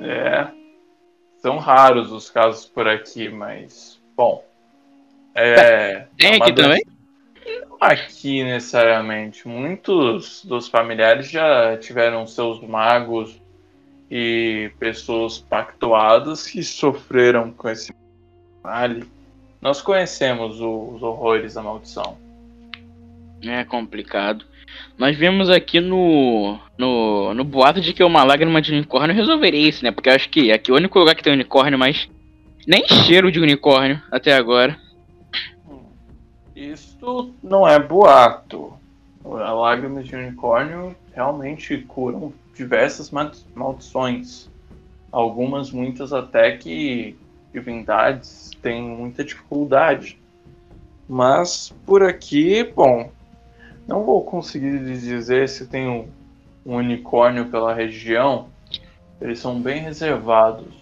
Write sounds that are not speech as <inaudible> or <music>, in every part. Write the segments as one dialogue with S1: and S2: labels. S1: É, são raros os casos por aqui, mas bom. É,
S2: Tem
S1: é uma
S2: aqui
S1: doença-
S2: também?
S1: Não aqui necessariamente. Muitos dos familiares já tiveram seus magos e pessoas pactuadas que sofreram com esse mal. Nós conhecemos o- os horrores da maldição.
S2: É complicado. Nós vimos aqui no, no, no boato de que uma lágrima de unicórnio resolveria isso, né? Porque eu acho que aqui é o único lugar que tem unicórnio, mas nem cheiro de unicórnio até agora.
S1: Isso Hum. não é boato. A lágrima de unicórnio realmente curam diversas ma- maldições. Algumas, muitas até que divindades têm muita dificuldade. Mas por aqui, bom, não vou conseguir lhes dizer se tem um, um unicórnio pela região. Eles são bem reservados.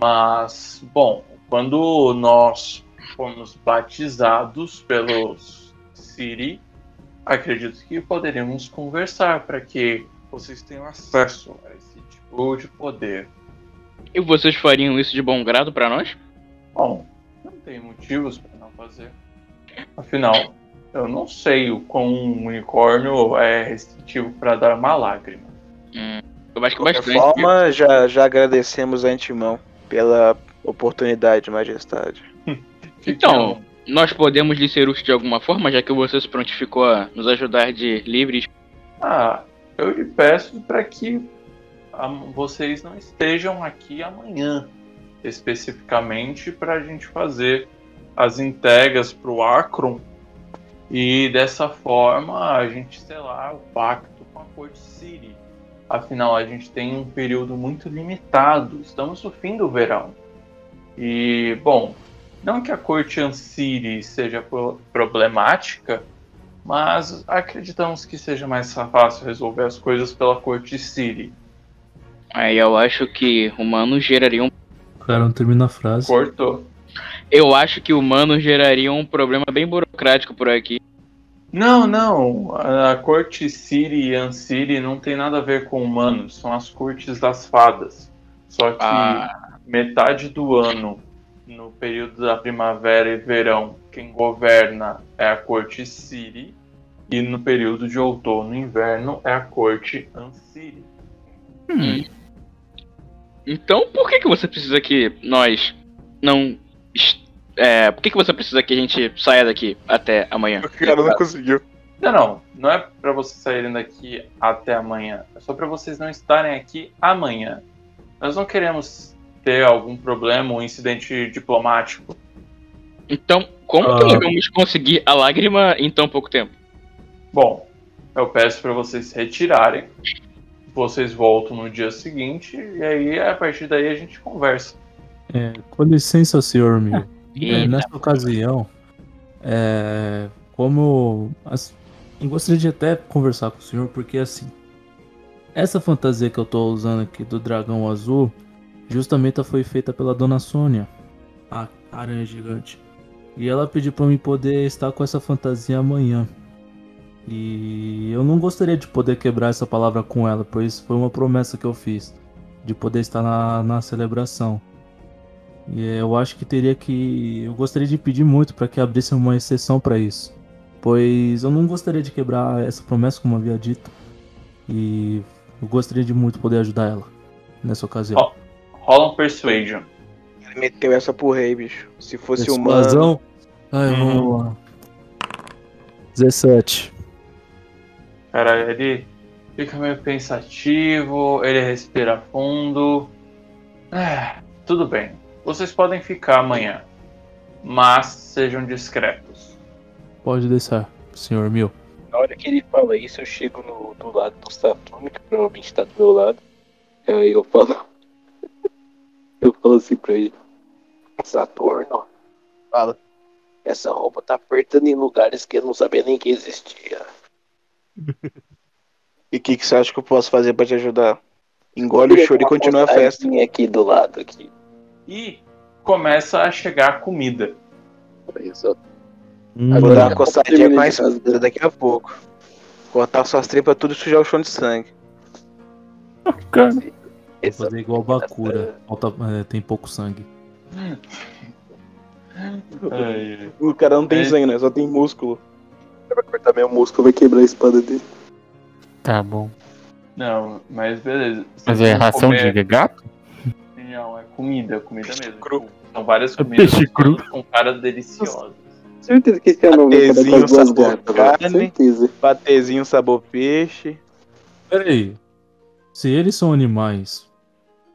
S1: Mas, bom, quando nós fomos batizados pelos Siri, acredito que poderemos conversar para que vocês tenham acesso a esse tipo de poder.
S2: E vocês fariam isso de bom grado pra nós?
S1: Bom, não tem motivos para não fazer. Afinal, eu não sei o quão um unicórnio é restritivo para dar uma lágrima.
S2: Hum. Eu acho que
S3: qualquer
S2: bastante.
S3: forma, já, já agradecemos antemão pela oportunidade, majestade.
S2: Então, nós podemos lhe ser úteis de alguma forma, já que você se prontificou a nos ajudar de livres.
S1: Ah, eu lhe peço para que am- vocês não estejam aqui amanhã, especificamente para a gente fazer as entregas para o Acron e dessa forma a gente selar o pacto com a Corte City. Afinal, a gente tem um período muito limitado, estamos no fim do verão. E, bom, não que a Corte Anciri seja pro- problemática, mas acreditamos que seja mais fácil resolver as coisas pela corte Siri.
S2: Aí eu acho que um, humanos gerariam.
S4: Cara, não termina a frase.
S1: Cortou.
S2: Eu acho que humanos gerariam um problema bem burocrático por aqui.
S1: Não, não. A a corte Siri e Ansiri não tem nada a ver com humanos. São as cortes das fadas. Só que
S2: Ah.
S1: metade do ano, no período da primavera e verão, quem governa é a corte Siri. E no período de outono e inverno é a corte Ansiri.
S2: Então, por que que você precisa que nós não. est- É, por que que você precisa que a gente saia daqui até amanhã?
S3: O cara não conseguiu.
S1: Não, não. Não é pra vocês saírem daqui até amanhã. É só pra vocês não estarem aqui amanhã. Nós não queremos ter algum problema, um incidente diplomático.
S2: Então, como
S4: Ah.
S2: que nós vamos conseguir a lágrima em tão pouco tempo?
S1: Bom, eu peço pra vocês se retirarem. Vocês voltam no dia seguinte e aí a partir daí a gente conversa.
S4: É, com licença, senhor meu. É,
S2: Eita.
S4: nessa ocasião, é, como as- eu gostaria de até conversar com o senhor, porque assim, essa fantasia que eu tô usando aqui do dragão azul, justamente ela foi feita pela dona Sônia, a aranha gigante. E ela pediu pra mim poder estar com essa fantasia amanhã. E eu não gostaria de poder quebrar essa palavra com ela, pois foi uma promessa que eu fiz de poder estar na- na celebração. E é, eu acho que teria que. Eu gostaria de pedir muito para que abrisse uma exceção para isso. Pois eu não gostaria de quebrar essa promessa, como havia dito. E eu gostaria de muito poder ajudar ela nessa ocasião.
S1: Ó, Rola um persuasion.
S3: Ele meteu essa pro rei, bicho. Se fosse humano.
S4: Explosão. Ai, vamos lá. 17.
S1: Caralho, ele fica meio pensativo, ele respira fundo. Ah, tudo bem. Vocês podem ficar amanhã. Mas sejam discretos.
S4: Pode deixar, senhor Mil.
S5: Na hora que ele fala isso, eu chego no, do lado do Saturno, que provavelmente tá do meu lado. Aí eu falo. <laughs> eu falo assim pra ele: Saturno,
S3: Fala.
S5: essa roupa tá apertando em lugares que eu não sabia nem que existia.
S3: E o que, que você acha que eu posso fazer pra te ajudar? Engole o choro e continua a festa.
S5: Tem aqui do lado aqui.
S1: E começa a chegar comida.
S5: Olha só.
S3: Vou
S4: Hum.
S5: Agora-
S3: dar uma coçadinha com a
S5: Primeiro de
S3: espada daqui a pouco. Cortar suas tripas tudo e sujar o chão de sangue.
S4: Vou fazer igual o Bakura. Falta, é, tem pouco sangue.
S1: <laughs>
S4: É.
S1: Ai, ai.
S3: O cara não tem
S1: É.
S3: sangue, né? Só tem músculo.
S5: Vai cortar meu músculo, vai é quebrar a espada dele.
S6: Tá bom.
S1: Não, mas beleza. Vocês
S6: Mas é
S1: vão
S6: ração
S1: comer-
S6: de gato?
S1: Não, é comida, comida mesmo.
S3: cru.
S1: Tipo, São várias
S6: É
S1: comidas
S6: peixe cru.
S1: com caras deliciosas.
S5: Certeza que esse é o nome da
S3: Atezinho,
S5: cara com as duas
S3: sabor,
S5: gatas, velho.
S3: carne.
S5: né? Certeza.
S3: Batezinho, sabor peixe.
S4: Peraí. Se eles são animais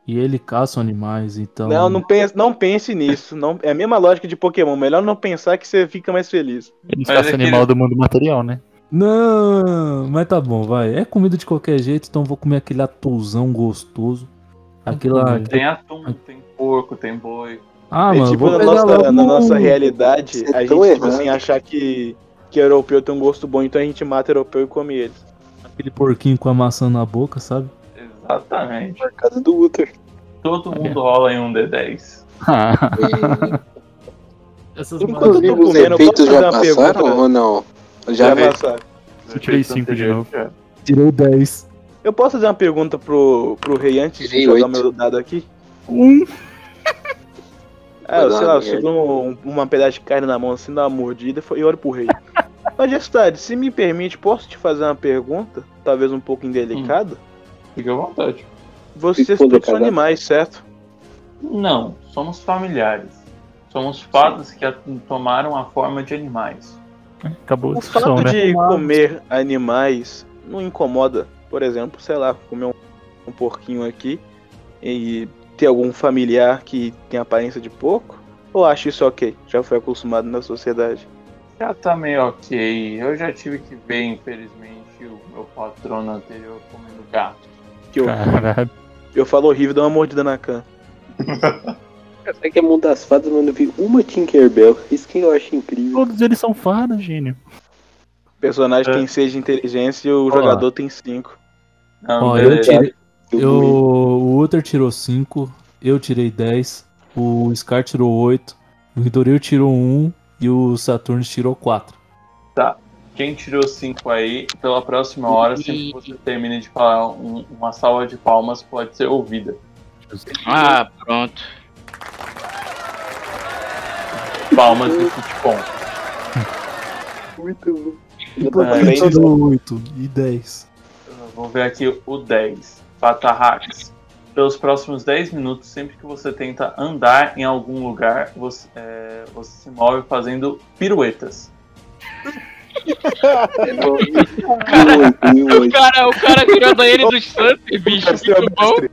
S4: e ele caça animais, então.
S3: Não, não pense, não pense nisso. Não, é a mesma lógica de Pokémon. Melhor não pensar que você fica mais feliz.
S6: Eles
S1: Mas
S6: caçam
S1: é que-
S6: animal do mundo material, né?
S4: Não, mas tá bom, vai. É comida de qualquer jeito, então vou comer aquele atolzão gostoso. Aquela.
S6: Entendi.
S1: Tem atum, tem porco, tem boi.
S4: Ah,
S3: é
S4: mano,
S3: tipo,
S4: vou
S3: na
S4: pegar
S3: nossa,
S4: logo
S3: na
S4: um-
S3: nossa realidade,
S5: Você é
S3: a
S5: tão
S3: gente, tipo
S5: errado.
S3: assim, achar que, que europeu tem um gosto bom, então a gente mata europeu e come eles.
S4: aquele porquinho com a maçã na boca, sabe?
S1: Exatamente.
S5: Por causa do <laughs> Uther.
S1: Todo mundo rola em um D10.
S6: Ah,
S4: Essas
S3: Enquanto eu
S5: Inclusive,
S3: tô
S5: os
S3: comendo, eu posso
S5: efeitos
S3: fazer
S5: já
S3: uma pergunta?
S5: passaram ou não? Já
S3: Já
S5: veio.
S3: passaram.
S6: Eu tirei cinco de novo.
S4: tirou 10.
S3: Eu posso fazer uma pergunta pro, pro rei antes de
S5: Tirei
S3: jogar
S5: oito.
S3: meu dado aqui?
S6: Um.
S3: Ah, eu
S5: Vai
S3: sei lá,
S5: lá,
S3: eu
S5: Miguel.
S3: seguro um- uma pedaço de carne na mão, assim, dá uma mordida e fo- e olho
S4: <laughs>
S3: pro rei. Majestade, se me permite, posso te fazer uma pergunta? Talvez um
S4: Hum.
S3: pouco indelicada?
S1: Fique à vontade.
S3: Vocês
S5: Ficou
S3: todos são
S5: delicada.
S3: animais, certo?
S1: Não, somos familiares. Somos fadas que a- tomaram a forma de animais.
S6: Acabou a
S3: O
S6: discussão,
S3: fato
S6: né?
S3: de comer animais não incomoda. Por exemplo, sei lá, comer um, um porquinho aqui e ter algum familiar que tem aparência de porco? Ou acho isso ok? Já foi acostumado na sociedade.
S1: Já tá meio ok. Eu já tive que ver, infelizmente, o meu patrono anterior comendo gato.
S3: Que eu,
S6: Caralho.
S3: eu falo horrível, dá uma mordida na cana.
S5: Até que é mundo das fadas, mas não vi uma Tinkerbell. Isso que eu acho incrível.
S6: Todos eles são fadas, gênio.
S3: O personagem
S1: É.
S3: tem 6 de inteligência e o
S4: Ó.
S3: jogador tem 5. Ah,
S1: Não,
S4: Ó, eu
S1: beleza.
S4: tirei.
S5: Eu
S4: Eu,
S5: vi.
S4: o Uther tirou 5, eu tirei 10, o Scar tirou 8, o Hidoril tirou 1 e o Saturn tirou 4.
S3: Ah,
S1: Quem tirou cinco aí, pela próxima hora, sempre que você termine de falar, um- uma salva de palmas pode ser ouvida.
S2: Ah, pronto.
S1: Palmas do futebol.
S5: Muito bom.
S3: Parabéns,
S4: Quem tirou 8 e 10?
S1: Vou ver aqui o 10. Fatarrax. Pelos próximos 10 minutos, sempre que você tenta andar em algum lugar, você, é, você se move fazendo piruetas.
S2: O cara, o cara virou da ele dos Santos, bicho. Muito é bom.
S3: é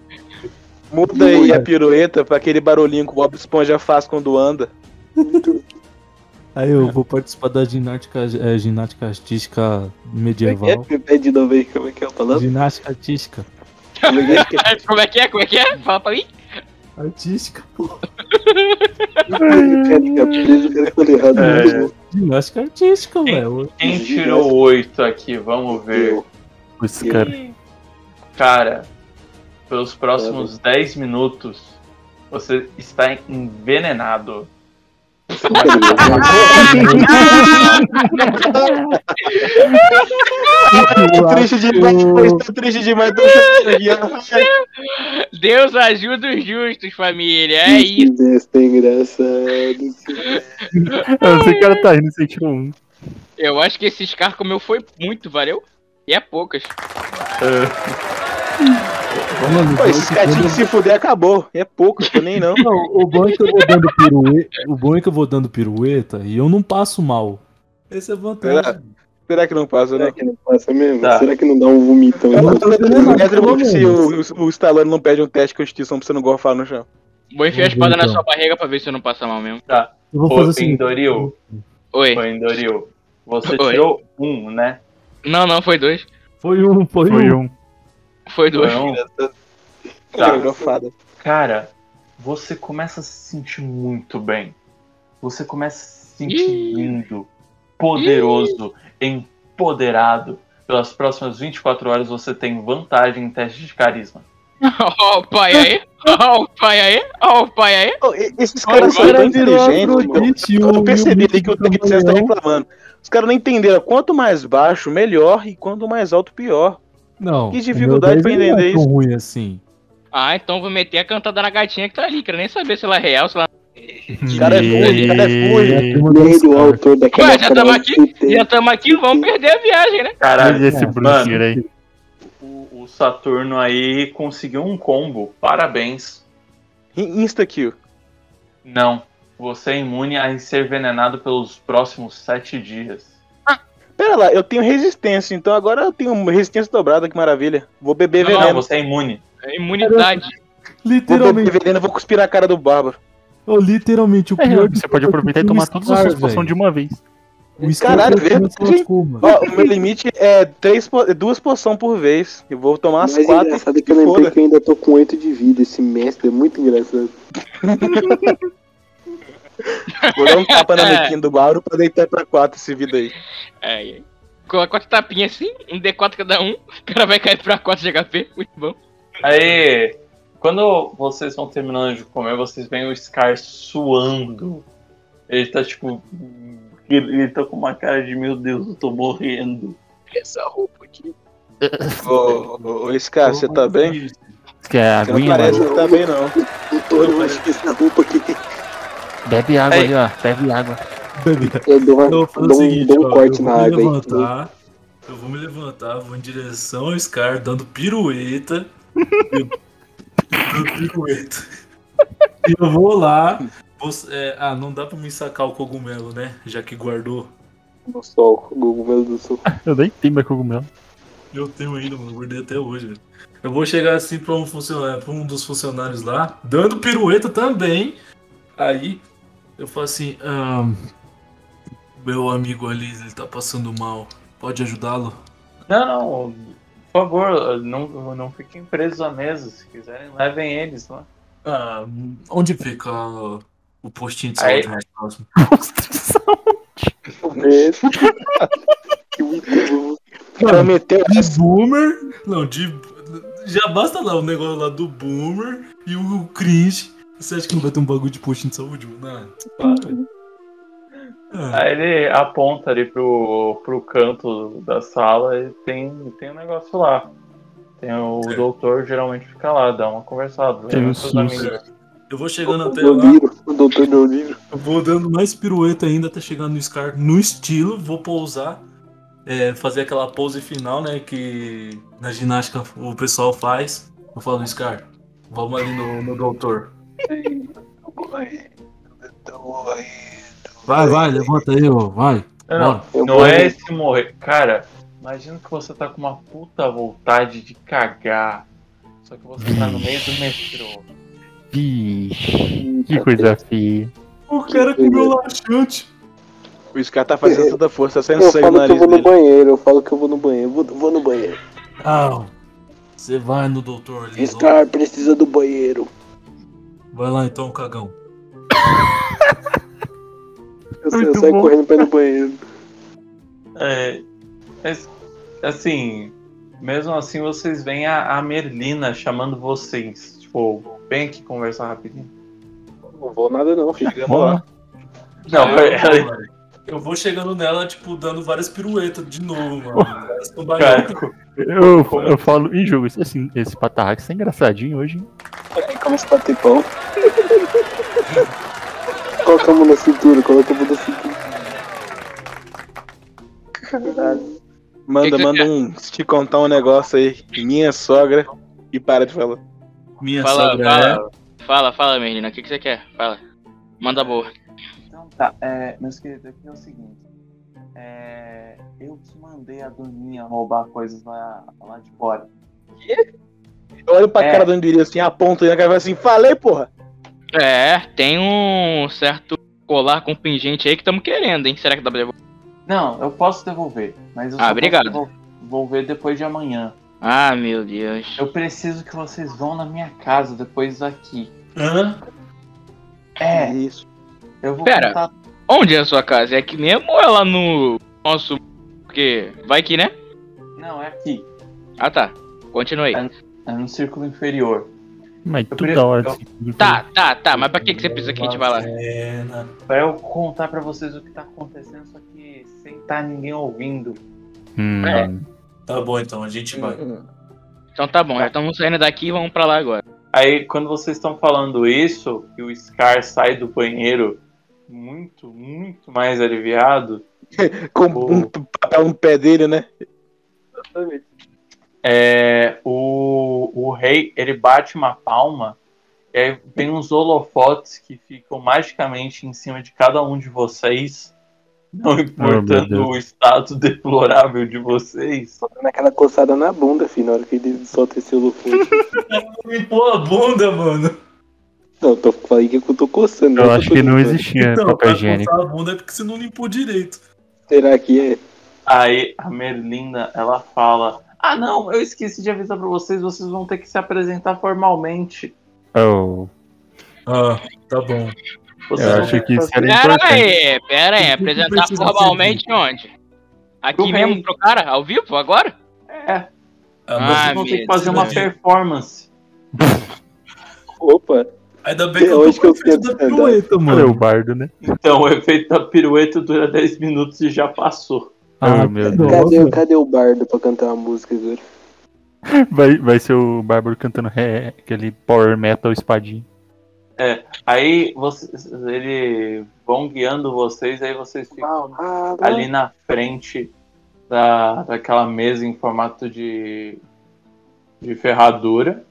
S3: Muda aí a pirueta pra aquele barulhinho que o Bob Esponja faz quando anda.
S4: Aí eu vou participar da ginástica, eh, ginástica artística medieval.
S5: É de novo aí, como é que é o palavra?
S4: Ginástica artística.
S2: Como é que é? Como é que é? Fala pra mim.
S4: Artística, pô.
S5: É,
S4: Ginástica artística, velho.
S1: Quem tirou 8 aqui? Vamos ver.
S6: Os
S3: <laughs>
S6: caras.
S1: Cara, pelos próximos 10 minutos, você está envenenado. Você vai
S6: tá
S3: Tô triste demais, tô triste demais, tô triste demais.
S2: Deus ajuda os justos, família. É isso.
S5: isso. É engraçado.
S6: Eu sei que o cara tá rindo, você tirou um.
S2: Eu acho que esse Scar comeu foi muito, valeu? E é poucas.
S4: Mano,
S3: Pô, esse
S4: eu-
S3: gatinho que se fuder acabou. É pouco, tô nem não.
S4: Não, o bom é que eu vou dando pirueta. O bom é que eu vou dando pirueta e eu não passo mal. Essa é a vantagem.
S3: Será que não passa,
S5: Será
S3: né?
S5: que não passa mesmo?
S1: Tá.
S5: Será que não dá um vomitão?
S4: Eu não tô entendendo nada.
S3: Pedro, se o, o, o Stallone não pede um teste de constituição pra você não gorfar no chão.
S2: Vou enfiar a
S4: Vamos ver,
S2: espada na
S4: então.
S2: sua barriga pra ver se eu não passa mal mesmo.
S4: Eu vou fazer
S1: Ô,
S4: assim.
S1: Endoril,
S2: Oi.
S1: ô, Endoril, você
S2: Oi.
S1: tirou 1, né?
S2: Não, não, foi dois.
S4: Foi um, foi,
S6: Foi
S4: um.
S6: um.
S2: Foi dois.
S1: Foi um? Tá.
S3: Tá. Grofada.
S1: Cara, você começa a se sentir muito bem. Você começa a se sentir
S2: Ih.
S1: lindo, poderoso, empoderado. Pelas próximas 24 horas você tem vantagem em teste de carisma.
S2: <laughs> Ó o pai aí. Ó o pai aí. Ó o pai aí.
S3: Ô, e- esses
S2: Olha,
S3: caras
S2: o
S3: são
S2: cara
S3: tão
S4: virou
S3: inteligentes, tá mano.
S4: Afrodite,
S3: Eu
S4: o-
S3: não percebi
S4: e o
S3: ali que o
S4: Milton
S3: Tecnicens tá
S4: Gabriel.
S3: reclamando. Os caras não entenderam. Quanto mais baixo, melhor. E quanto mais alto, pior.
S4: Não.
S3: Que dificuldade
S4: o meu
S3: pra
S4: 10 não é
S3: entender
S4: tão
S3: isso.
S4: ruim assim.
S2: Ah, então vou meter a cantada na gatinha que tá ali, quero nem saber se ela é real, se ela.
S3: O cara é ruim, o cara é ruim.
S6: É a turma do
S5: Primeiro
S6: Oscar.
S5: autor daquela
S2: Ué, já tamo
S5: frase
S2: aqui,
S5: que tem-
S2: Já estamos aqui, não vamos perder a viagem, né?
S6: Mas
S1: Caralho,
S6: é esse Bruce aí.
S1: o, o Saturno aí conseguiu um combo. Parabéns.
S3: Insta-kill.
S1: Não. Você é imune a ser envenenado pelos próximos sete dias.
S3: Pera lá, eu tenho resistência, então agora eu tenho resistência dobrada, que maravilha. Vou beber
S2: Não,
S1: Não,
S3: veneno.
S1: você é imune.
S2: É Imunidade.
S3: Vou
S4: Literalmente,
S3: beber veneno, vou cuspir na cara do Bárbaro.
S4: ô, literalmente o
S6: É,
S4: pior.
S6: você pode aproveitar e tomar todas as suas poções de uma vez.
S4: O é Scar
S3: Caralho,
S4: tem
S3: verdade.
S4: suas curvas.
S3: Ó, o meu
S5: <laughs>
S3: limite é três, po- duas poções por vez. Eu vou tomar as
S5: Mas é
S3: quatro
S5: engraçado
S3: e
S5: que eu lembrei
S3: foda.
S5: que eu ainda tô com 8 de vida. Esse mestre é muito engraçado.
S3: Vou dar um tapa na nequinha do Bárbaro pra deitar pra quatro esse vida aí.
S2: É, é. Coloca quatro tapinhas assim, um D4 cada um, o cara vai cair pra 4 de HP, muito bom.
S1: Aí, quando vocês vão terminando de comer, vocês veem o Scar suando. Ele tá tipo. Ele, ele tá com uma cara de: Meu Deus, eu tô morrendo.
S5: Essa roupa aqui.
S3: Ô, ô, ô, Scar, você tá bem?
S6: Isso que é
S3: Você não
S6: aguinha,
S3: parece
S6: mano.
S3: que tá bem, não.
S5: O touro acho que essa roupa aqui.
S6: Bebe água
S1: Ei.
S6: aí, ó. Bebe água.
S4: Bebê.
S5: Eu dou, uma,
S4: Eu vou fazer o
S5: dou, um-
S4: seguinte,
S5: dou um
S4: ó,
S5: corte
S4: eu
S5: na
S4: vou me
S5: água aí.
S4: levantar, Eu vou me levantar, vou em direção ao Scar, dando
S3: <laughs>
S4: pirueta. Eu- dando pirueta. E eu vou lá. vou- é, ah, não dá pra me sacar o cogumelo, né? Já que guardou.
S5: No sol, cogumelo do sol.
S6: Eu nem tenho meu cogumelo.
S4: Eu tenho ainda, mano. Guardei até hoje. velho. Eu vou chegar assim pra um, funcionário, pra um dos funcionários lá, dando pirueta também. Aí eu falo assim: ahn, Meu amigo ali, ele tá passando mal. Pode ajudá-lo?
S1: Não, não. Por favor, não, não fiquem presos à mesa. Se quiserem, levem eles lá.
S4: Ah, onde fica o, o postinho de
S1: Aí-
S4: saúde mais próximo?
S5: Mesmo. que muito bom.
S3: O cara meteu
S4: De boomer? Não, de. Já basta lá o negócio lá do boomer e o, cringe. Você acha que não vai ter um bagulho de postinho de saúde, mano? Ah, para. Ah,
S1: Aí ele aponta ali pro, pro canto da sala e tem, tem um negócio lá. Tem o,
S4: Certo.
S1: doutor geralmente fica lá, dá uma conversada.
S6: Tem
S1: leva
S6: um
S1: seus
S6: SUS.
S1: amigos.
S4: eu vou chegando até lá,
S5: Doliro, o doutor Doliro.
S4: eu vou dando mais pirueta ainda até chegar no Scar no estilo, vou pousar, é, fazer aquela pose final, né? Que na ginástica o pessoal faz. Eu falo, Scar, vamos ali no- no doutor. Vai, vai, levanta aí, ó, vai.
S1: Não, não,
S4: Bora.
S5: Eu
S1: não
S5: vou-
S1: é esse morrer. Cara, imagina que você tá com uma puta vontade de cagar. Só que você tá no meio do metrô.
S6: Vixe, que coisa é. feia.
S4: O cara comeu laxante.
S3: O Scar tá fazendo toda a força, tá saindo
S5: Eu
S3: sangue no
S5: falo É. que eu
S3: nariz
S5: vou no
S3: dele.
S5: banheiro, eu falo que eu vou no banheiro. Vou, vou no banheiro.
S4: Ah, você vai no doutor ali. ó.
S5: Scar precisa do banheiro.
S4: Vai lá então, cagão.
S5: Eu, sa- eu
S6: Muito
S5: saio
S6: tá bom.
S5: correndo pra ir no banheiro.
S1: É, mas, assim, mesmo assim vocês veem a, a Merlina chamando vocês. Tipo, vem aqui conversar rapidinho.
S5: Não vou nada não, filho.
S3: Chegamos lá.
S6: Mano,
S1: Não,
S4: Aí eu,
S1: ela,
S4: eu vou chegando nela, tipo, dando várias piruetas de novo, mano. Parece um bagulho.
S1: cara,
S6: eu, eu falo em jogo, esse, assim, esse patarrax é engraçadinho hoje, hein?
S5: Aí começa a bater pau. coloca é a mão na cintura, coloca a mão na cintura.
S3: Manda,
S2: Que que-
S3: manda um. Se te contar um negócio aí. Minha sogra. E para de falar.
S4: Minha
S2: Fala,
S4: sogra
S2: fala, fala, fala, menina, o que, que você quer? Fala. Manda boa.
S1: Então tá, é, meus queridos, aqui é o seguinte. É, eu que mandei a Doninha roubar coisas lá, lá de fora.
S3: Eu olho pra
S1: É.
S3: cara do Andirinho assim, aponto e a cara vai assim, falei, porra!
S2: É, tem um certo colar com pingente aí que estamos querendo, hein? Será que dá pra devolver?
S1: Não, eu posso devolver, mas eu
S2: Ah,
S1: só
S2: obrigado.
S1: posso devol- devolver depois de amanhã.
S2: Ah, meu Deus.
S1: Eu preciso que vocês vão na minha casa depois daqui.
S4: Hã?
S1: É,
S3: Isso.
S1: eu vou
S2: Pera.
S1: contar.
S2: Onde é a sua casa? É aqui mesmo ou é lá no nosso... Porque vai que, né?
S1: Não, é aqui.
S2: Ah, tá. Continua aí.
S1: É. É no círculo inferior.
S6: Mas
S1: Eu
S6: tudo
S1: pre-
S6: da hora.
S1: eu-
S6: assim.
S2: Tá, tá, tá. Mas pra que, que você precisa que a gente vá lá?
S4: Cena.
S1: Pra eu contar pra vocês o que tá acontecendo, só que sem tá ninguém ouvindo.
S6: Hum,
S2: É.
S4: Tá bom então, a gente vai.
S2: Então tá bom, já estamos saindo daqui e vamos pra lá agora.
S1: Aí, quando vocês estão falando isso, e o Scar sai do banheiro muito, muito mais aliviado,
S3: Com um papel no pé dele, né?
S1: é, o, o rei ele bate uma palma e aí tem uns holofotes que ficam magicamente em cima de cada um de vocês, não importando
S6: Ah, Deus.
S1: o estado <laughs> deplorável de vocês.
S5: Tô dando aquela coçada na bunda, filho, na hora que ele solta esse holofote.
S4: Limpou a bunda, mano.
S5: não, eu tô falando que eu tô coçando.
S6: Eu
S5: né?
S6: acho
S5: tô
S6: que não
S5: brincando.
S6: existia É, papel higiênico.
S4: a bunda é porque você não limpou direito.
S5: Será que é?
S1: Aí a Merlinda ela fala: Ah, não, eu esqueci de avisar pra vocês, vocês vão ter que se apresentar formalmente.
S6: Oh,
S4: Ah, tá bom.
S1: Vocês
S6: eu
S1: vão ter
S6: acho que isso era
S2: Pera
S6: importante.
S2: aí, pera aí. Apresentar
S4: Precisa ser
S2: formalmente onde? Aqui
S1: Pro
S2: mesmo
S1: rei.
S2: pro cara? Ao vivo? Agora?
S1: É, vocês
S2: Ah,
S1: vão ter que
S2: meu
S1: fazer
S2: Deus.
S1: uma performance.
S5: Opa,
S4: Ainda bem
S5: até
S4: que eu
S5: hoje que eu
S4: tô
S5: sei
S4: da
S5: andar.
S4: pirueta,
S6: Olha
S4: mano.
S6: o bardo, né?
S1: Então, o efeito da pirueta dura 10 minutos e já passou.
S6: Oh, meu Deus.
S5: Cadê, o-
S4: Nossa.
S5: cadê o bardo pra cantar uma música agora?
S6: Vai, vai ser o Bárbaro cantando ré, aquele power metal espadinho.
S1: Aí vocês, ele vão guiando vocês, aí vocês ficam
S5: Ah,
S1: ali na frente da, daquela mesa em formato de, de ferradura.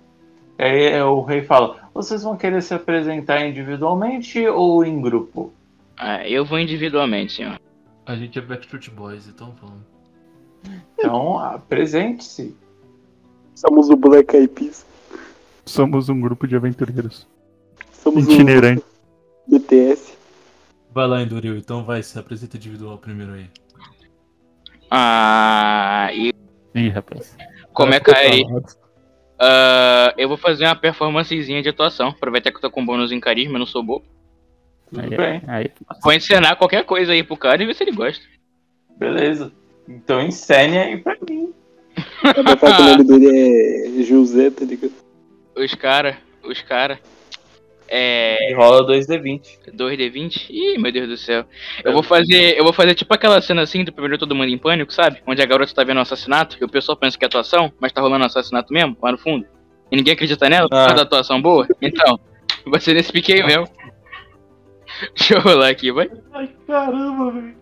S1: E aí é, o rei fala: Vocês vão querer se apresentar individualmente ou em grupo?
S2: Ah, eu vou individualmente, senhor.
S4: A gente é Backstreet Boys, então vamos.
S1: Então, apresente-se.
S5: Somos o Black Eyed Peas.
S6: Somos um grupo de aventureiros.
S5: Somos um o
S6: Itinerante.
S5: BTS.
S4: Vai lá, Enduril, então vai, se apresenta individual primeiro aí.
S2: Ah, e
S6: Ih, rapaz.
S2: como é que
S4: Cara,
S2: é?
S4: ficou falado.
S2: Ah, eu vou fazer uma performancezinha de atuação. Aproveitar que eu tô com bônus em carisma, não sou bobo.
S1: Tudo
S6: Aí, é.
S1: bem,
S6: aí.
S2: Vou encenar qualquer coisa aí pro cara e ver se ele gosta.
S1: beleza. Então, encene aí pra mim.
S5: Dá pra falar que o nome dele é José, tá ligado?
S2: Os cara, os cara. É.
S1: E rola 2D20.
S2: 2D20? Ih, meu Deus do céu. Eu vou fazer. Eu vou fazer tipo aquela cena assim do primeiro Todo Mundo em Pânico, sabe? Onde a garota tá vendo um assassinato e o pessoal pensa que é atuação, mas tá rolando um assassinato mesmo, lá no fundo. E ninguém acredita nela por
S1: Ah.
S2: causa da atuação boa. Então, <laughs> vai ser nesse pique aí mesmo. Deixa eu rolar aqui, vai.
S1: Ai, caramba, velho.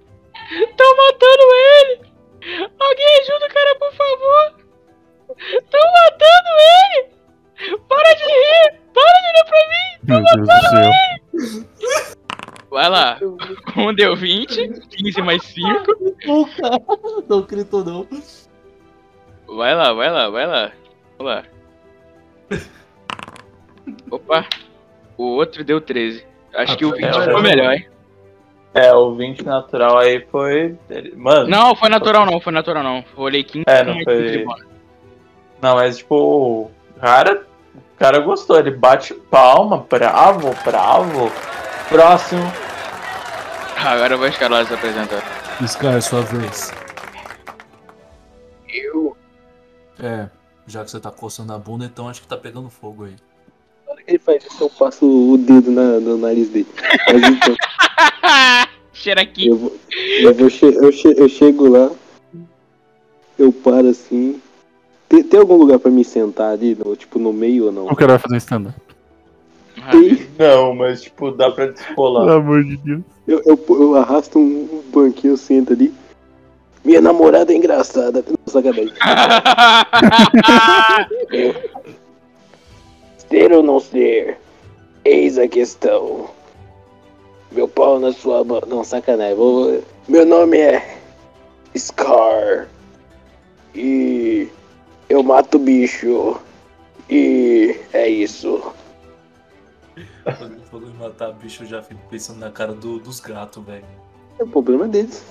S2: Estão matando ele! Alguém ajuda o cara, por favor! Estão matando ele! Para de rir! Para de olhar pra mim!
S6: Meu Deus do céu.
S2: Vai lá, <laughs> um deu 20, 15 mais 5.
S4: Não gritou, não.
S2: Vai lá, vai lá, vai lá. Vai lá. Opa, o outro deu 13. Acho que o 20
S1: é,
S2: foi
S1: é.
S2: melhor, hein?
S1: É, o 20 natural aí foi. Mano, não,
S2: Não, foi natural não, foi natural não. Rolei 15
S1: É, não
S2: mais
S1: foi-
S2: 15 de bônus.
S1: mas tipo, o cara, o cara gostou. Ele bate palma, bravo, bravo. Próximo.
S2: Ah, <laughs> Agora eu vou escalar se apresentar.
S4: Scar, sua vez.
S5: Eu.
S4: É, já que você tá coçando a bunda, então acho que tá pegando fogo aí.
S5: Na hora que ele faz isso, eu passo o dedo na, no nariz dele. Mas então,
S2: Cheira
S5: <laughs>
S2: aqui.
S5: eu, vou, eu, vou che- eu, che- eu chego lá, eu paro assim. Tem, tem algum lugar pra me sentar ali, no, tipo, no meio ou não?
S6: O cara vai fazer um stand-up.
S2: Ah,
S1: Não, mas tipo, dá pra descolar.
S6: Pelo amor de Deus.
S5: Eu, eu, eu arrasto um banquinho, eu sento ali. Minha namorada é engraçada. Não, Sacanagem. Ser ou não ser? Eis a questão. Meu pau na sua mão. Não, sacanagem. Vou... Meu nome é Scar. E eu mato bicho. E é isso.
S4: Quando ele falou em matar bicho, eu já fico pensando na cara do- dos gatos, velho.
S5: É o problema <laughs> deles.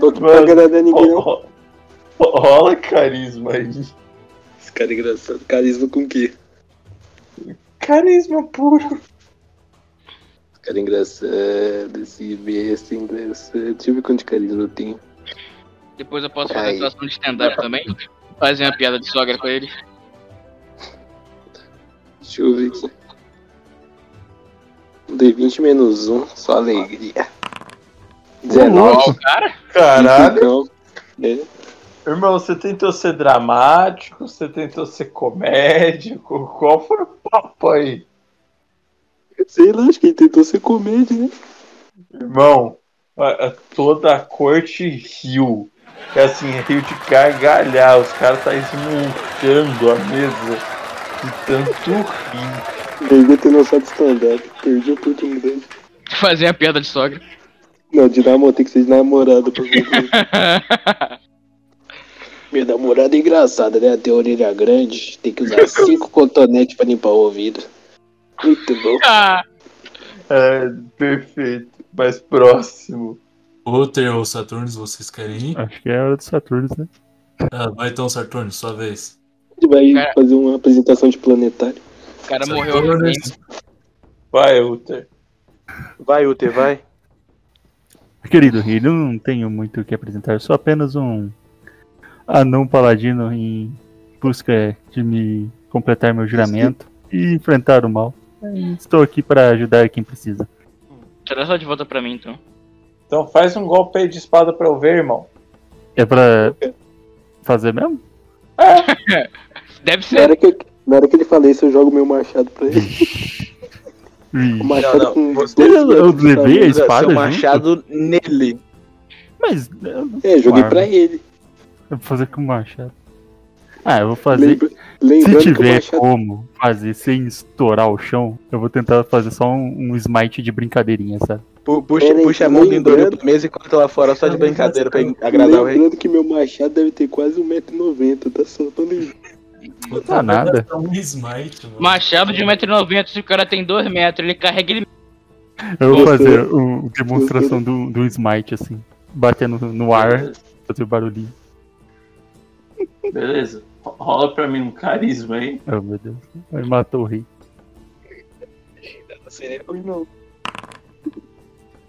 S5: Tô aqui pra
S1: Mano,
S5: agradar ninguém não.
S1: Ro- ro- Rola carisma aí.
S5: Esse cara é engraçado. Carisma com o quê?
S1: Carisma puro.
S5: Esse cara é engraçado. Esse besta é engraçado. Deixa eu ver quanto de carisma eu tenho.
S2: Depois eu posso fazer
S5: Aí.
S2: atuação de stand-up também. Fazer uma piada de sogra com ele. <laughs>
S5: Deixa eu ver aqui. D20 menos 1, só alegria. 19.
S2: Ó, o cara.
S1: Caralho. <laughs>
S5: Então, é.
S1: Irmão, você tentou ser dramático, você tentou ser comédico, qual foi o papo aí?
S5: Sei lá, acho que ele tentou ser comédia, né?
S1: Irmão, a- a- toda a corte riu. É assim, riu de gargalhar, os caras tá esmultando a mesa de tanto rir.
S5: Devia ter lançado stand-up. Perdi a oportunidade.
S2: Fazer a piada de sogra. <laughs>
S5: Não, de namoro, tem que ser de namorada, por favor. Minha namorada é engraçada, né? Tem a orelha grande, tem que usar cinco cotonetes pra limpar o ouvido. Muito
S2: <laughs>
S5: bom.
S2: ah,
S1: É, perfeito, mais próximo.
S4: Luther ou Saturnus, vocês querem ir?
S6: Acho que é a hora do Saturno, né?
S4: Ah, vai então, Saturnus, sua vez.
S5: Ele vai
S2: Cara.
S5: fazer uma apresentação de planetário.
S2: o cara morreu. assim.
S4: Saturnus,
S1: Vai, Uther.
S3: Vai, Uther, vai.
S6: Querido Rio, não tenho muito o que apresentar, sou apenas um anão paladino em busca de me completar meu juramento e enfrentar o mal. E Estou aqui para ajudar quem precisa.
S2: Traz ela de volta pra mim, então.
S1: Então faz um golpe aí de espada pra eu ver, irmão.
S6: É pra
S5: <laughs>
S6: fazer mesmo?
S2: Deve
S5: Na
S2: ser.
S5: hora, que eu- na hora que ele fala isso, eu jogo meu machado pra ele.
S6: Ih,
S5: O machado
S3: Não, não,
S5: com
S3: você-
S5: dois
S6: Eu
S5: metros de
S6: levei
S5: tamanho.
S6: a espada
S3: Seu
S6: junto?
S3: machado nele.
S6: Mas eu não
S5: É, joguei
S6: Claro.
S5: pra ele.
S6: vou fazer com machado. Ah, eu vou fazer.
S5: Lembra-
S6: Se
S5: Lembrando que o
S6: tiver
S5: machado.
S6: como fazer sem estourar o chão, eu vou tentar fazer só um, um smite de brincadeirinha, sabe?
S3: Pu- Puxa,
S5: Peraí,
S3: puxa a mão do Endoril
S5: lembrando-
S3: da mesa e corta lá fora só de brincadeira pra agradar o rei.
S5: Lembrando que meu machado deve ter quase 1,90m, tá só pra lembrar.
S4: Não
S6: tá nada.
S4: Um smite, mano.
S2: Machado de 1,90m, se o cara tem 2 metros, ele carrega ele.
S6: Eu vou
S5: Gostei.
S6: fazer uma demonstração do, do smite, assim. Batendo no ar, fazer o barulhinho.
S1: Beleza. Ro- Rola pra mim um carisma aí.
S6: Oh, meu Deus. Aí matou o rei.
S5: Não seria ruim, não.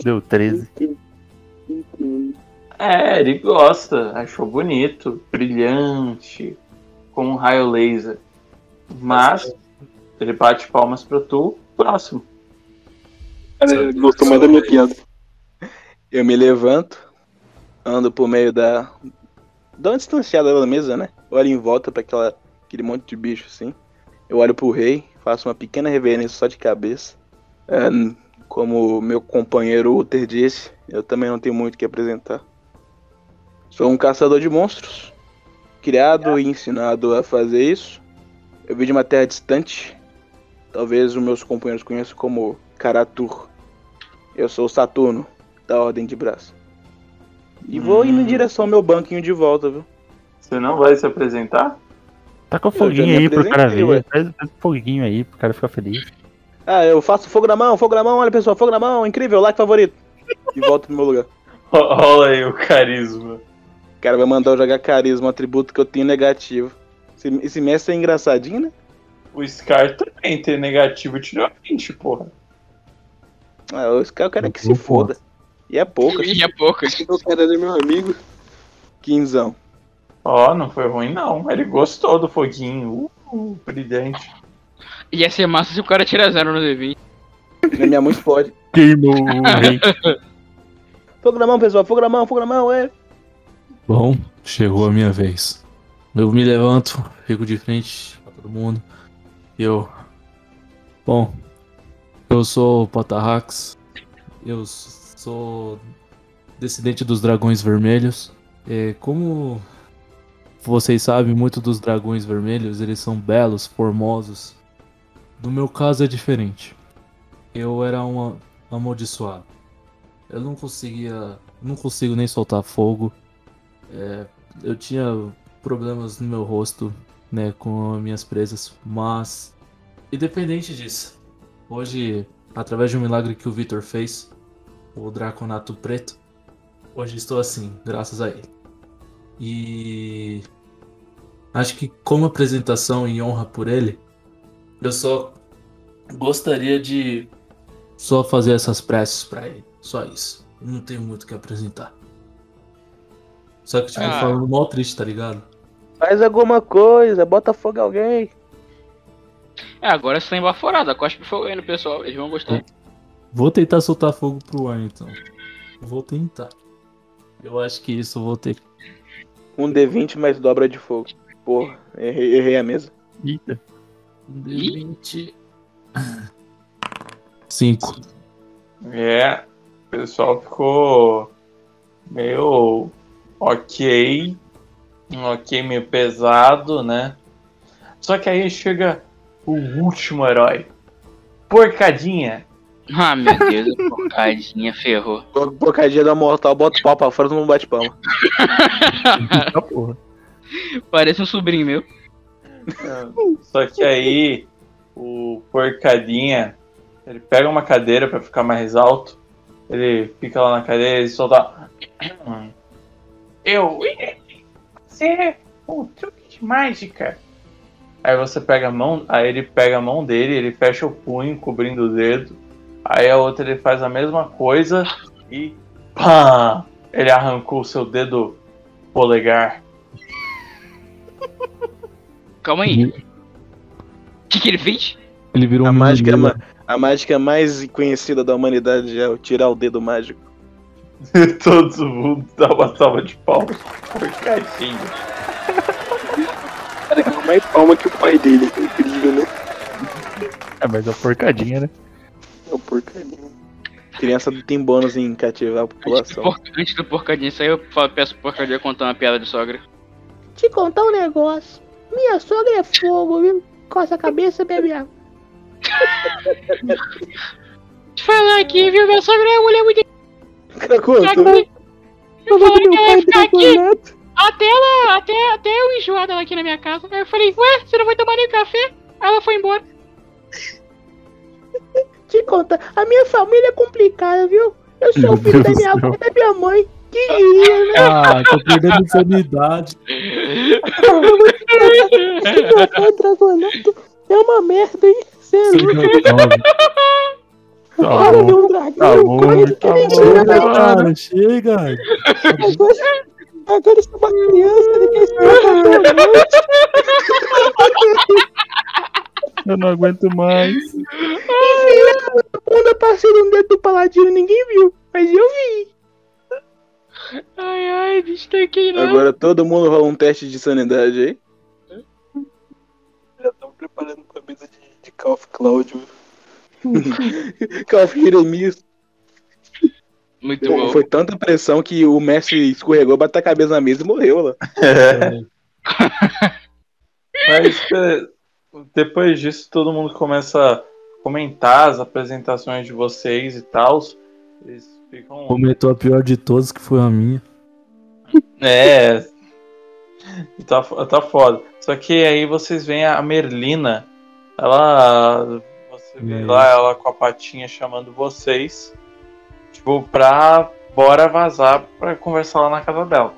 S6: Deu 13.
S5: Entendo.
S1: É, ele gosta. Achou bonito, brilhante, com um raio laser. Mas ele bate palmas pra tu. Próximo.
S5: Cara, gostou mais da minha piada.
S3: Eu me levanto, ando por meio da. Dá uma distanciada da mesa, né? Olho em volta pra aquela... aquele monte de bicho assim. Eu olho pro rei, faço uma pequena reverência só de cabeça. É, n- como meu companheiro Uther disse, eu também não tenho muito o que apresentar. Sou um caçador de monstros, criado e ensinado a fazer isso. Eu vim de uma terra distante, talvez os meus companheiros conheçam como Karatur. Eu sou Saturno, da Ordem de Braço. E vou indo em direção ao meu banquinho de volta, viu?
S1: Você não vai se <laughs> apresentar?
S6: Tá com
S3: Eu já
S6: foguinho
S3: me
S6: aí pro cara
S3: apresentei, ué.
S6: ver. Faz faz foguinho aí pro cara ficar feliz.
S3: Ah, eu faço fogo na mão, fogo na mão, olha pessoal, fogo na mão, incrível, like favorito. E volto pro meu lugar.
S1: Ro- Rola aí o carisma.
S3: O cara vai mandar eu jogar carisma, um atributo que eu tenho negativo. Esse, esse mestre é engraçadinho, né?
S1: O Scar também tem negativo, tirou 20, porra.
S3: Ah, esse cara, o cara que se foda. E é pouco,
S2: E é pouco.
S5: O cara é meu amigo.
S3: quinzão.
S1: Ó, não foi ruim não. Ele gostou do foguinho. Uh, brilhante.
S2: Ia ser massa se o cara tira zero no D20.
S3: Na minha mão explode.
S6: Queimou <laughs> o rei.
S3: Fogo na mão, pessoal, fogo na mão, fogo na mão, é.
S4: Bom, chegou a minha vez. Eu me levanto, fico de frente pra todo mundo. E eu. Bom, eu sou o Patarrax. Eu s- sou descendente dos dragões vermelhos. É, como vocês sabem, muitos dos dragões vermelhos eles são belos, formosos. No meu caso é diferente. Eu era um amaldiçoado. Eu não conseguia, não consigo nem soltar fogo. É, eu tinha problemas no meu rosto, né, com as minhas presas, mas independente disso, hoje, através de um milagre que o Victor fez, o Draconato Preto, hoje estou assim, graças a ele. E acho que como apresentação e honra por ele, eu só gostaria de só fazer essas preces pra ele, só isso. Não tenho muito o que apresentar. Só que, tipo,
S2: Ah.
S4: falando mal triste, tá ligado?
S3: Faz alguma coisa, bota fogo em alguém.
S2: É, agora você tá embaforado. Cospe fogo aí no pessoal, eles vão gostar.
S4: Vou tentar soltar fogo pro ar então. Vou tentar. Eu acho que isso eu vou ter.
S3: Um D20 mais dobra de fogo. Porra, errei, errei a mesa.
S6: Eita.
S4: Um D20. Cinco.
S1: É, o pessoal ficou meio ok, um ok meio pesado, né? Só que aí chega o último herói. Porcadinha.
S2: <laughs> Ah, meu Deus, a porcadinha ferrou.
S3: Bo- Bocadinha da mortal, bota o pau pra fora, todo mundo bate palma.
S6: Ah, porra.
S2: Parece um sobrinho meu.
S1: <laughs> Só que aí o porcadinha, ele pega uma cadeira pra ficar mais alto. Ele fica lá na cadeira e solta. <clears throat> Eu ser um truque de mágica. Aí você pega a mão, aí ele pega a mão dele, ele fecha o punho cobrindo o dedo. Aí a outra ele faz a mesma coisa e pá! Ele arrancou o seu dedo polegar.
S2: Calma aí. O que, que ele fez?
S4: Ele virou
S3: A
S4: um
S3: mágica, é
S4: menino.
S3: ma- a mágica mais conhecida da humanidade é o tirar o dedo mágico.
S1: <laughs> Todo mundo dá uma salva de palmas. Porcadinho.
S5: Cara, que mais palma que o pai dele. Incrível, né?
S6: É, mas é uma porcadinha, né?
S5: É o porcaria.
S3: Criança tem bônus em cativar a
S2: Antes do,
S3: população.
S2: porca- antes do porcadinho sair, eu falo- peço pro porcadinho contar uma piada de sogra.
S7: te contar um negócio. Minha sogra é fogo, viu? Coça a cabeça e bebe água.
S2: Te falar aqui, viu? Minha sogra é uma mulher muito
S3: Cara, contou.
S7: <laughs> Eu vou do meu pai
S2: ficar
S7: do meu neto.
S2: Até ela, até, até eu enjoar dela aqui na minha casa. Aí eu falei, ué, você não vai tomar nem café? Aí ela foi embora.
S7: Te contar. A minha família é complicada, viu? Eu sou o
S6: Meu
S7: filho da
S6: Deus
S7: minha
S6: do céu.
S7: avó e da minha mãe. Que diria, <laughs> né?
S4: Ah, tô perdendo sanidade.
S7: Café dragonato é uma merda, hein? Cê é louco.
S6: Tá
S7: Cara,
S6: bom,
S7: de um
S6: <laughs> tá
S7: dragão.
S6: bom,
S7: coisa que
S6: tá
S7: nem
S6: bom,
S7: tira, né?
S6: cara.
S4: Cara, chega.
S7: Agora, agora eu sou uma criança, ninguém espera que eu <laughs> sou
S6: Eu não aguento mais.
S7: Quando eu passei no dedo do paladino, ninguém viu. Mas eu vi.
S2: Ai, ai, bicho, tá aqui, né?
S3: Agora todo mundo rola um teste de sanidade aí.
S5: Já estão preparando pra mesa de, de Call of Cláudio.
S3: Calf Jeremias.
S2: Muito bom.
S3: Foi tanta pressão que o mestre escorregou, bateu a cabeça na mesa e morreu lá.
S1: Mas é, depois disso, todo mundo começa a comentar as apresentações de vocês e tal. Eles ficam.
S4: Comentou a pior de todas, que foi a minha.
S1: É. Tá, fo- tá foda. Só que aí vocês veem a Merlina. Ela. Você vê
S4: Hum.
S1: lá ela com a patinha chamando vocês. Tipo, pra. Bora vazar pra conversar lá na casa dela.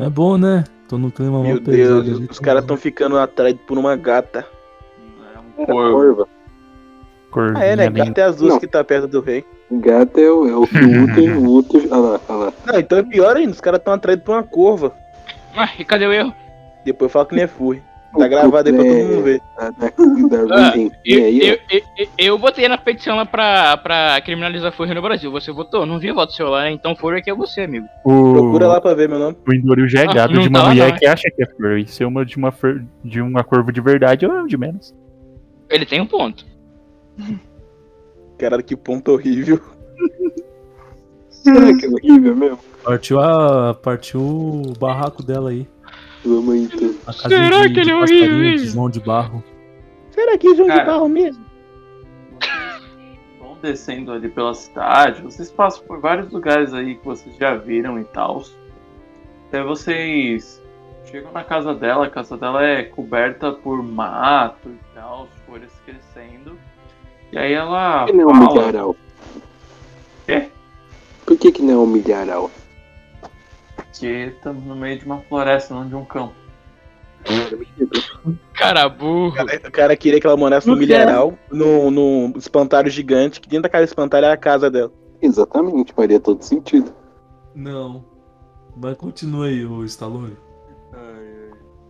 S4: É bom, né? Tô num clima mal
S3: Meu
S4: pesado.
S3: Deus,
S4: ali.
S3: os caras estão ficando atrás por uma gata.
S1: É um corvo.
S5: Corva.
S3: Ah, é, né?
S6: Corvinha linda.
S3: Gata é as duas
S5: Não.
S3: que tá perto do rei.
S5: Gato é o, é o
S3: <laughs>
S5: último, o último. Olha lá, olha lá.
S3: Não, então é pior ainda, os caras estão atrás por uma curva.
S2: Ai, Ah, e cadê o erro?
S3: Depois fala que nem é furry.
S5: O
S3: Tá gravado aí pra
S5: Cuclé
S3: todo mundo ver.
S5: Da, da, da
S2: Ah,
S5: Virgem.
S2: Eu,
S5: E aí,
S2: eu, eu, eu- eu botei na petição lá pra, pra criminalizar furry no Brasil. Você votou? Não vi voto seu lá, né? Então furry aqui é você, amigo.
S6: O...
S3: Procura lá pra ver meu nome.
S6: O Indoril já é
S2: Ah,
S6: gado
S2: não
S6: de uma
S2: tá,
S6: mulher
S2: não,
S6: que acha que é furry. Se uma de uma, fur... de uma corvo de verdade, eu de menos.
S2: Ele tem um ponto.
S3: Cara, que ponto horrível.
S5: será que é horrível mesmo?
S4: Partiu, a... Partiu o barraco dela aí.
S5: Vamos aí, então.
S4: A casa
S2: Será
S4: de,
S2: que ele é
S4: de passarinho,
S2: horrível?
S4: de João de barro.
S7: Será que João
S1: Cara.
S7: de Barro mesmo?
S1: <laughs> vão descendo ali pela cidade, vocês passam por vários lugares aí que vocês já viram e tal. Até vocês chegam na casa dela, a casa dela é coberta por mato e tal, as folhas crescendo. E aí ela
S5: Por que não é um
S1: fala,
S5: milharal?
S4: É?
S1: Quê?
S5: Por que, que não é um milharal?
S1: que estamos no meio de uma floresta, não de um campo.
S2: Cara burro.
S3: O cara queria que ela morasse no milharal, num, num espantalho gigante, que dentro da casa espantalho é a casa dela.
S5: Exatamente, faria todo sentido.
S4: Não. Mas continua aí, o Stallone.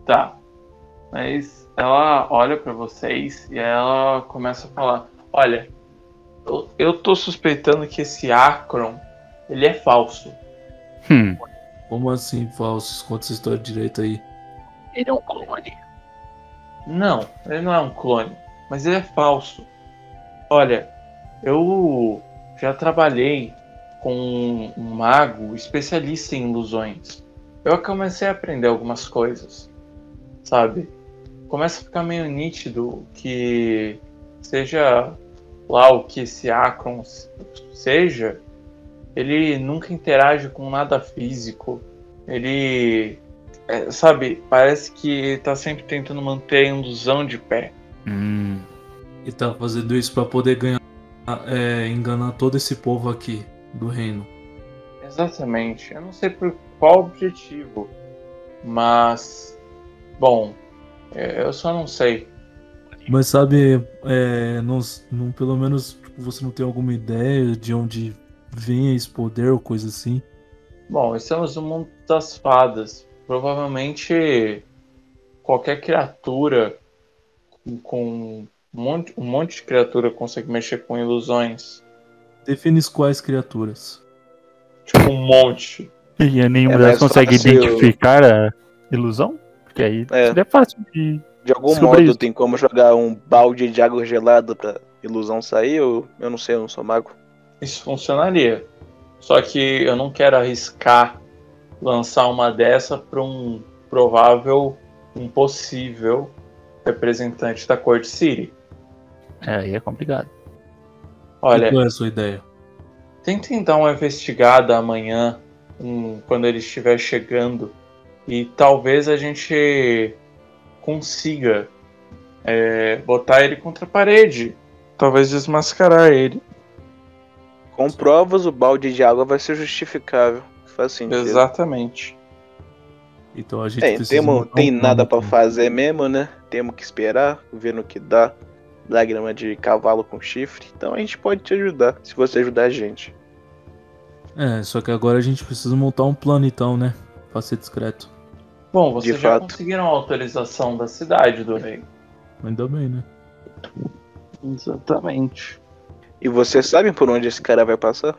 S1: Tá. Mas ela olha pra vocês e ela começa a falar: Olha, eu, eu tô suspeitando que esse Akron ele é falso.
S6: Hum.
S4: Como assim, falsos? Conta essa história direito aí.
S2: Ele é um clone.
S1: Não, ele não é um clone, mas ele é falso. Olha, eu já trabalhei com um mago especialista em ilusões. Eu comecei a aprender algumas coisas, sabe? Começa a ficar meio nítido que seja lá o que esse Akron seja, ele nunca interage com nada físico. Ele é, sabe, parece que tá sempre tentando manter a ilusão de pé.
S6: Hum.
S4: E tá fazendo isso pra poder ganhar, é, enganar todo esse povo aqui do reino.
S1: Exatamente. Eu não sei por qual objetivo, mas bom, é, eu só não sei.
S4: Mas sabe, é, não, não- pelo menos tipo, você não tem alguma ideia de onde vem esse poder ou coisa assim?
S1: Bom, estamos no mundo das fadas. Provavelmente qualquer criatura com- com um monte, um monte de criatura consegue mexer com ilusões.
S4: Define quais criaturas.
S1: Tipo um monte.
S6: E nenhuma
S3: É mais
S6: delas consegue
S4: assim,
S3: fácil-
S6: identificar a ilusão? Porque aí
S3: É.
S6: seria fácil de.
S3: De algum
S6: Descobri
S3: modo
S6: isso.
S3: tem como jogar um balde de água gelada pra ilusão sair? Ou eu não sei, eu não sou mago.
S1: Isso funcionaria. Só que eu não quero arriscar lançar uma dessa para um provável, um possível representante da Corte City.
S6: É, aí é complicado.
S1: Olha,
S4: Qual é a sua ideia?
S1: Tentem dar uma investigada amanhã, um- quando ele estiver chegando, e talvez a gente consiga é, botar ele contra a parede. Talvez desmascarar ele.
S3: Com provas, o balde de água vai ser justificável. Faz sentido.
S1: Exatamente.
S4: Então a gente
S3: É,
S4: precisa.
S3: temo,
S4: montar um
S3: tem
S4: plano
S3: nada pra
S4: aqui.
S3: fazer mesmo, né? Temos que esperar, ver no que dá. Lágrima de cavalo com chifre. Então a gente pode te ajudar, se você ajudar a gente.
S4: É, só que agora a gente precisa montar um plano então, né? Pra ser discreto.
S1: Bom, vocês
S3: De
S1: já
S3: fato.
S1: conseguiram a autorização da cidade do rei.
S4: Ainda bem, né?
S1: Exatamente.
S3: E você sabe por onde esse cara vai passar?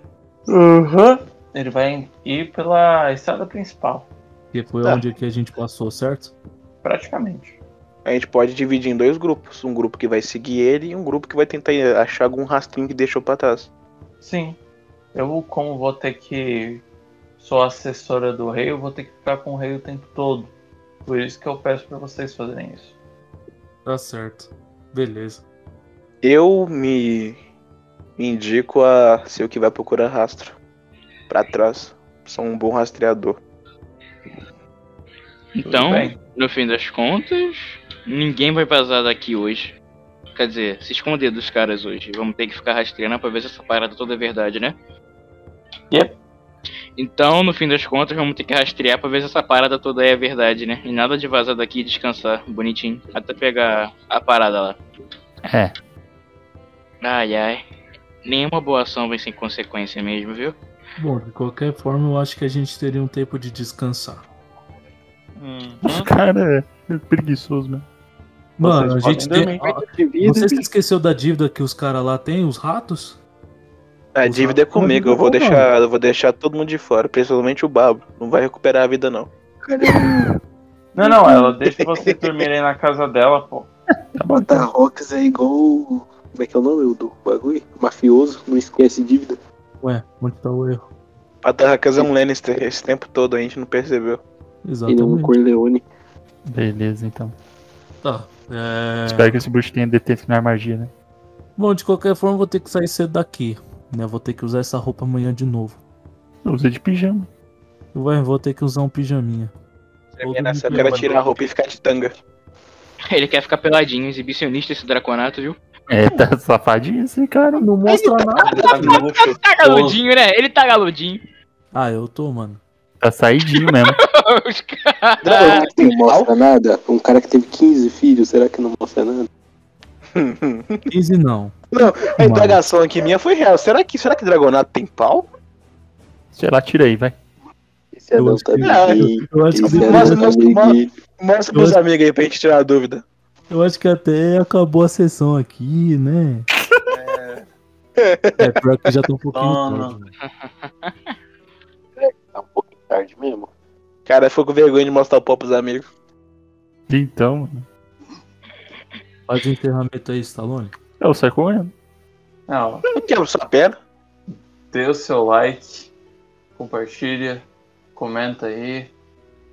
S1: Ele vai ir pela estrada principal,
S4: Porque foi
S3: Tá.
S4: onde é que a gente passou, certo?
S1: praticamente.
S3: A gente pode dividir em dois grupos. Um grupo que vai seguir ele e um grupo que vai tentar achar algum rastrinho que deixou pra trás.
S1: Sim. Eu, como vou ter que. Sou assessora do rei, eu vou ter que ficar com o rei o tempo todo. Por isso que eu peço pra vocês fazerem isso.
S4: Tá certo. Beleza.
S3: Eu me indico a ser o que vai procurar rastro. Pra trás. Sou um bom rastreador.
S1: Tudo
S2: Então,
S1: bem?
S2: no fim das contas, ninguém vai vazar daqui hoje. Quer dizer, se esconder dos caras hoje. Vamos ter que ficar rastreando pra ver se essa parada toda é verdade, né?
S1: Yep.
S2: Então, no fim das contas, vamos ter que rastrear pra ver se essa parada toda é verdade, né? E nada de vazar daqui e descansar, bonitinho. Até pegar a parada lá.
S6: É.
S2: Ai, ai. Nenhuma boa ação vem sem consequência mesmo, viu? <laughs>
S4: Bom, de qualquer forma, eu acho que a gente teria um tempo de descansar.
S1: Uhum.
S6: O cara é preguiçoso, né?
S4: Mano, a
S1: podem
S4: gente tem.
S1: dormir.
S4: Você se esqueceu da dívida que os caras lá têm, os ratos?
S3: A
S4: Os
S3: dívida é
S4: ratos
S3: comigo,
S4: não
S3: eu vou
S4: roubam.
S3: deixar, eu vou deixar todo mundo de fora, principalmente o Babo. Não vai recuperar a vida não.
S1: Não, não, ela deixa vocês dormirem na casa dela, pô.
S6: Tá bom,
S5: Tá,
S6: tá.
S5: Rox é igual. o- Como é que é o nome do bagulho? Mafioso, não esquece dívida.
S4: Ué, onde tá o erro?
S3: Patarracas é um Lannister esse tempo todo, a gente não percebeu.
S5: E não
S4: Exatamente.
S5: Corleone.
S6: Beleza, então.
S4: Tá. É...
S6: Espero que esse bruxo tenha detectar magia, né?
S4: Bom, de qualquer forma, eu vou ter que sair cedo daqui. Né? Eu Vou ter que usar essa roupa amanhã de novo.
S6: Eu usei de pijama.
S4: Eu vai- vou ter que usar um pijaminha.
S3: Você
S4: Todo
S3: vê nessa
S4: mundo
S3: cara
S4: lembra.
S3: tirar a roupa e ficar de <laughs> tanga.
S2: Ele quer ficar peladinho, exibicionista esse draconato, viu?
S6: É, tá <laughs> safadinho esse cara.
S4: Não mostra nada.
S1: Luxo.
S2: Tá galudinho, né? Ele tá galudinho. <laughs>
S4: Ah, eu tô,
S3: <laughs>
S4: mano.
S6: Tá saidinho mesmo.
S2: Os
S4: Ah,
S2: caras.
S5: Será que não mostra nada? Um cara que teve 15 filhos, será que não mostra nada?
S4: 15 não.
S3: a indagação aqui minha foi real. Será que, será que Dragonato tem pau?
S6: Sei lá, tira aí, vai.
S5: Esse anão
S4: acho
S5: tá
S4: que-
S5: amiguinho.
S4: Ah, Eu acho,
S5: Esse
S4: que,
S3: Isso é
S5: anão
S3: Mostra,
S5: tá
S3: mostra,
S5: amiguinho.
S3: Mostra pros
S4: Eu-
S3: amigos aí pra gente tirar a dúvida.
S4: eu acho que até acabou a sessão aqui, né? É, pior que já tá um pouquinho
S1: Não,
S4: tarde. né?
S5: Tá um pouquinho tarde mesmo.
S3: Cara, ficou com vergonha de mostrar o pau pros amigos.
S6: Então, mano.
S4: Faz o enterramento aí, Stallone.
S6: Eu saio correndo.
S1: Não,
S3: Eu quebro sua perna.
S1: dê o seu like, compartilha, comenta aí.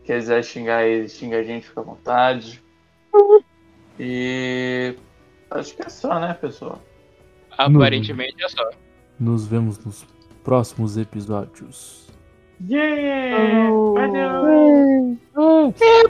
S1: Quiser xingar ele, xinga a gente, fica à vontade. E acho que é só, né, pessoal?
S2: Aparentemente é só.
S4: Nos vemos nos próximos episódios.
S1: Yeah! Valeu!
S7: Eu